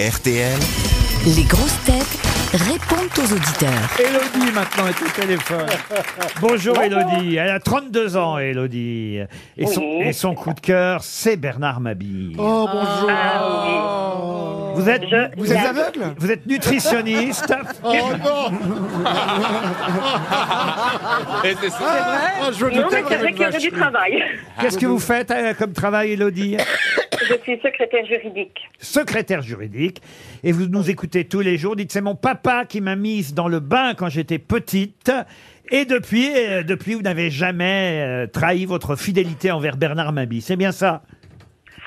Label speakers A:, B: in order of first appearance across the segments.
A: RTL.
B: Les grosses têtes répondent aux auditeurs.
C: Élodie maintenant est au téléphone. Bonjour Élodie, elle a 32 ans Élodie. Et son,
D: Oui.
C: et son coup de cœur, c'est Bernard Mabille.
E: Oh bonjour.
D: Ah,
C: vous êtes,
D: Je-
C: vous, êtes,
D: la-
E: aveugle
C: vous êtes nutritionniste.
E: Oh non.
F: Et c'est ça.
E: Oh, je me
D: Non,
E: doutais
D: mais c'est
E: vraiment
D: vrai
E: de
D: qu'il y aurait du
E: vacherie.
D: travail.
C: Qu'est-ce que vous faites euh, comme travail Élodie
D: Je suis secrétaire juridique.
C: Secrétaire juridique. Et vous nous écoutez tous les jours. Dites, c'est mon papa qui m'a mise dans le bain quand j'étais petite. Et depuis, euh, depuis vous n'avez jamais euh, trahi votre fidélité envers Bernard Mabille. C'est bien ça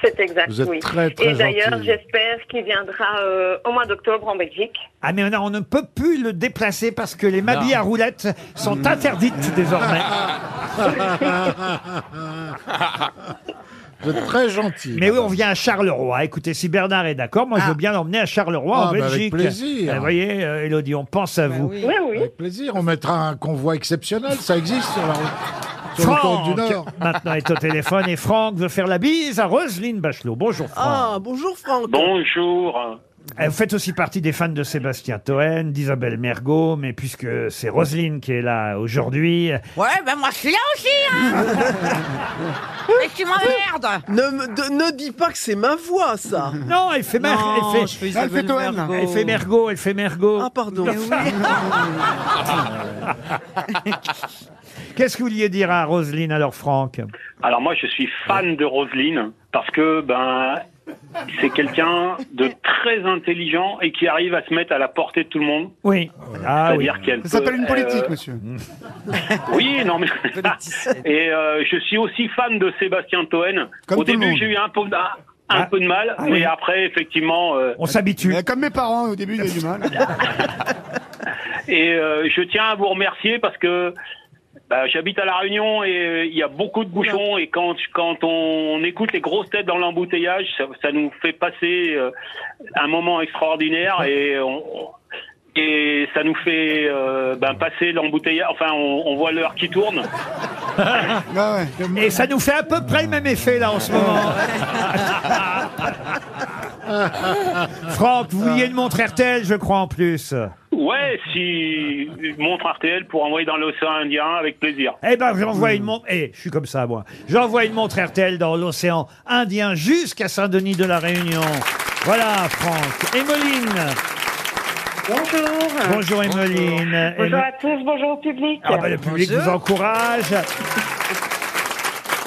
D: C'est exact,
E: Vous êtes
D: oui.
E: très, très
D: Et d'ailleurs,
E: gentil.
D: j'espère qu'il viendra euh, au mois d'octobre en Belgique.
C: Ah mais non, on ne peut plus le déplacer parce que les mabilles à roulettes sont interdites désormais.
E: Vous êtes très gentil.
C: Mais oui, on
E: madame.
C: vient à Charleroi. Écoutez, si Bernard est d'accord, moi je veux bien l'emmener à Charleroi
E: Ah,
C: en
E: bah, avec
C: Belgique.
E: plaisir. Bah
C: Ah, Vous voyez, euh, Élodie, on pense à vous.
D: Oui, oui.
E: Avec plaisir. On mettra un convoi exceptionnel. Ça existe sur la route. Sur
C: Franck,
E: le du Nord.
C: maintenant est au téléphone et Franck veut faire la bise à Roselyne Bachelot. Bonjour Franck.
E: Oh.
G: Ah, bonjour Franck.
H: Bonjour.
C: Euh, Vous faites aussi partie des fans de Sébastien Toen, d'Isabelle Mergot, mais puisque c'est Roselyne qui est là aujourd'hui,
I: Ouais, ben moi je suis là aussi, hein Mais tu m'emmerdes
G: Ne, me- de- ne dis pas que c'est ma voix, ça.
C: non, elle fait, mer- elle fait,
E: Isabelle Mergo.
C: elle fait Mergot, elle fait Mergot.
G: Ah, pardon.
C: Qu'est-ce que vous vouliez dire à Roselyne alors Franck
H: Alors moi, je suis fan de Roselyne parce que ben c'est quelqu'un de très intelligent et qui arrive à se mettre à la portée de tout le monde.
C: Oui. Ah oui.
H: C'est-à-dire qu'elle
E: Ça s'appelle
H: peut,
E: une politique,
H: euh,
E: monsieur.
H: Oui, non mais et euh, je suis aussi fan de Sébastien Toen.
E: Comme
H: Au
E: tout le
H: début,
E: monde.
H: j'ai eu un peu un
C: Ah.
H: peu de mal,
C: Ah
H: mais
C: oui.
H: après, effectivement, euh,
C: On s'habitue.
E: Mais Comme mes parents, au début, j'ai du mal.
H: et euh, je tiens à vous remercier parce que bah, j'habite à La Réunion et euh, il y a beaucoup de bouchons et quand, quand on écoute les grosses têtes dans l'embouteillage, ça, ça nous fait passer euh, un moment extraordinaire et on... Et ça nous fait euh, ben, passer l'embouteillage. Enfin, on, on voit l'heure qui tourne.
E: Ah ouais.
C: Et ça nous fait à peu près le même effet là en ce moment. Franck, vous vouliez une montre RTL, je crois en plus.
H: Ouais, si montre RTL pour envoyer dans l'océan Indien avec plaisir.
C: Eh ben, j'envoie une montre. Eh, je suis comme ça moi. J'envoie une montre RTL dans l'océan Indien jusqu'à Saint-Denis de la Réunion. Voilà, Franck. Émeline.
D: Bonjour.
C: Bonjour, Émeline.
D: Bonjour à tous, bonjour au public.
C: Ah bah, le public vous encourage.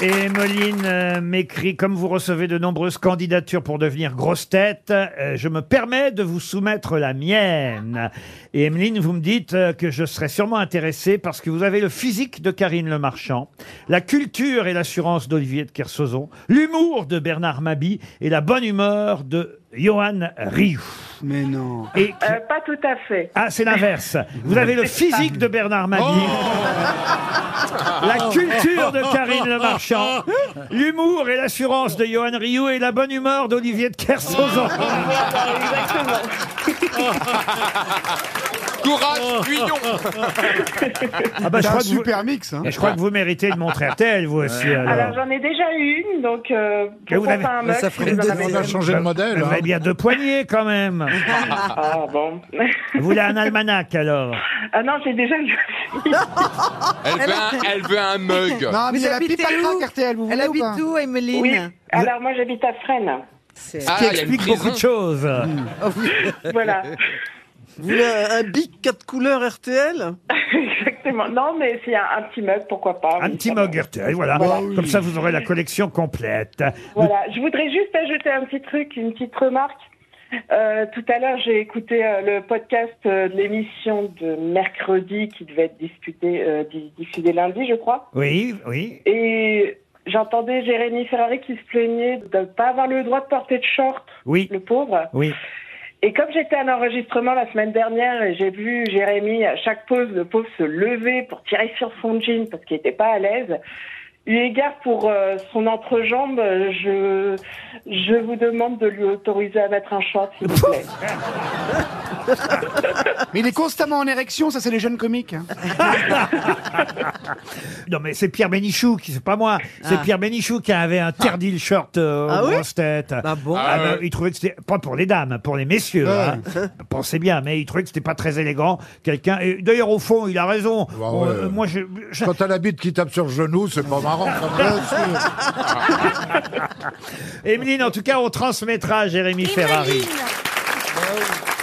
C: Et Moline euh, m'écrit comme vous recevez de nombreuses candidatures pour devenir grosse tête, euh, je me permets de vous soumettre la mienne. Et Emeline, vous me dites euh, que je serais sûrement intéressée parce que vous avez le physique de Karine Le Marchand, la culture et l'assurance d'Olivier de Kersauzon, l'humour de Bernard Mabi et la bonne humeur de Johan Rioux.
E: Mais non.
C: Et qui-
D: Euh, pas tout à fait.
C: ah, c'est l'inverse. Vous avez le physique de Bernard Mabie,
D: Oh
C: la culture de Karine Le Marchand, l'humour et l'assurance de Johan Rioux et la bonne humeur d'Olivier de Kersauzon.
F: Courage, Guyon
C: Ah bah, je
E: C'est un
C: crois que vous,
E: super mix. Hein.
C: je crois que vous méritez une montre RTL, vous aussi.
D: Alors,
C: Alors.
D: j'en ai déjà une, donc euh,
C: Mais vous
D: pourquoi
C: l'avez-
D: pas un mug
G: ça
D: si
G: ferait
D: vous en
G: deux
D: avez
E: On
D: une
E: a changé de modèle.
C: Vous
E: hein.
C: avez bien deux poignées quand même.
D: Ah bon
C: Vous voulez un almanach alors
D: Ah non, j'ai déjà eu.
F: elle, veut un, elle veut un mug. Ah,
E: Non, mais il y a la
I: habitez
E: pipe à
I: où
E: crack RTL, vous
I: Elle
E: voulez ou
I: habite
E: pas
I: où, Emeline
D: Oui. Alors, moi, j'habite à Fresnes.
I: C'est-
F: Ah,
C: Qui
F: il y a une
C: explique beaucoup
F: prison.
C: de choses.
D: Voilà.
G: Vous voulez un, un big 4 couleurs RTL
D: Exactement. Non, mais s'il y a un petit mug, pourquoi pas
C: Un
D: oui,
C: petit
D: ça va.
C: mug RTL, voilà. Comme ça, vous aurez la collection complète.
D: Voilà, je voudrais juste ajouter un petit truc, une petite remarque. Euh, tout à l'heure, j'ai écouté euh, le podcast euh, de l'émission de mercredi qui devait être disputé, euh, di- diffusé lundi, je crois.
C: Oui, oui.
D: Et j'entendais Jérémy Ferrari qui se plaignait de ne pas avoir le droit de porter de short,
C: Oui,
D: le pauvre.
C: oui.
D: Et comme j'étais à l'enregistrement la semaine dernière et j'ai vu Jérémy à chaque pause, le pauvre se lever pour tirer sur son jean parce qu'il n'était pas à l'aise, eu égard pour euh, son entrejambe, euh, je, je vous demande de lui autoriser à mettre un short, s'il vous plaît.
E: Mais il est constamment en érection, ça c'est les jeunes comiques. hein.
C: Non, mais c'est Pierre Bénichou qui, c'est pas moi, c'est
G: Ah.
C: Pierre Bénichou qui avait interdit le short euh, aux
G: Ah oui
C: grosses têtes.
G: Bah bon.
C: Ah,
J: Ah
C: bah,
J: ouais.
C: Il trouvait que c'était pas pour les dames, pour les messieurs. hein. Pensez bien, mais il trouvait que c'était pas très élégant. Quelqu'un. et D'ailleurs, au fond, il a raison.
F: Bah
C: On-
F: ouais.
C: euh, moi, je, je-
F: Quand t'as la bite qui tape sur le genou, c'est pas marrant. quand même.
C: Emeline, en tout cas, on transmettra à Jérémy Ferrari.
K: Imagine.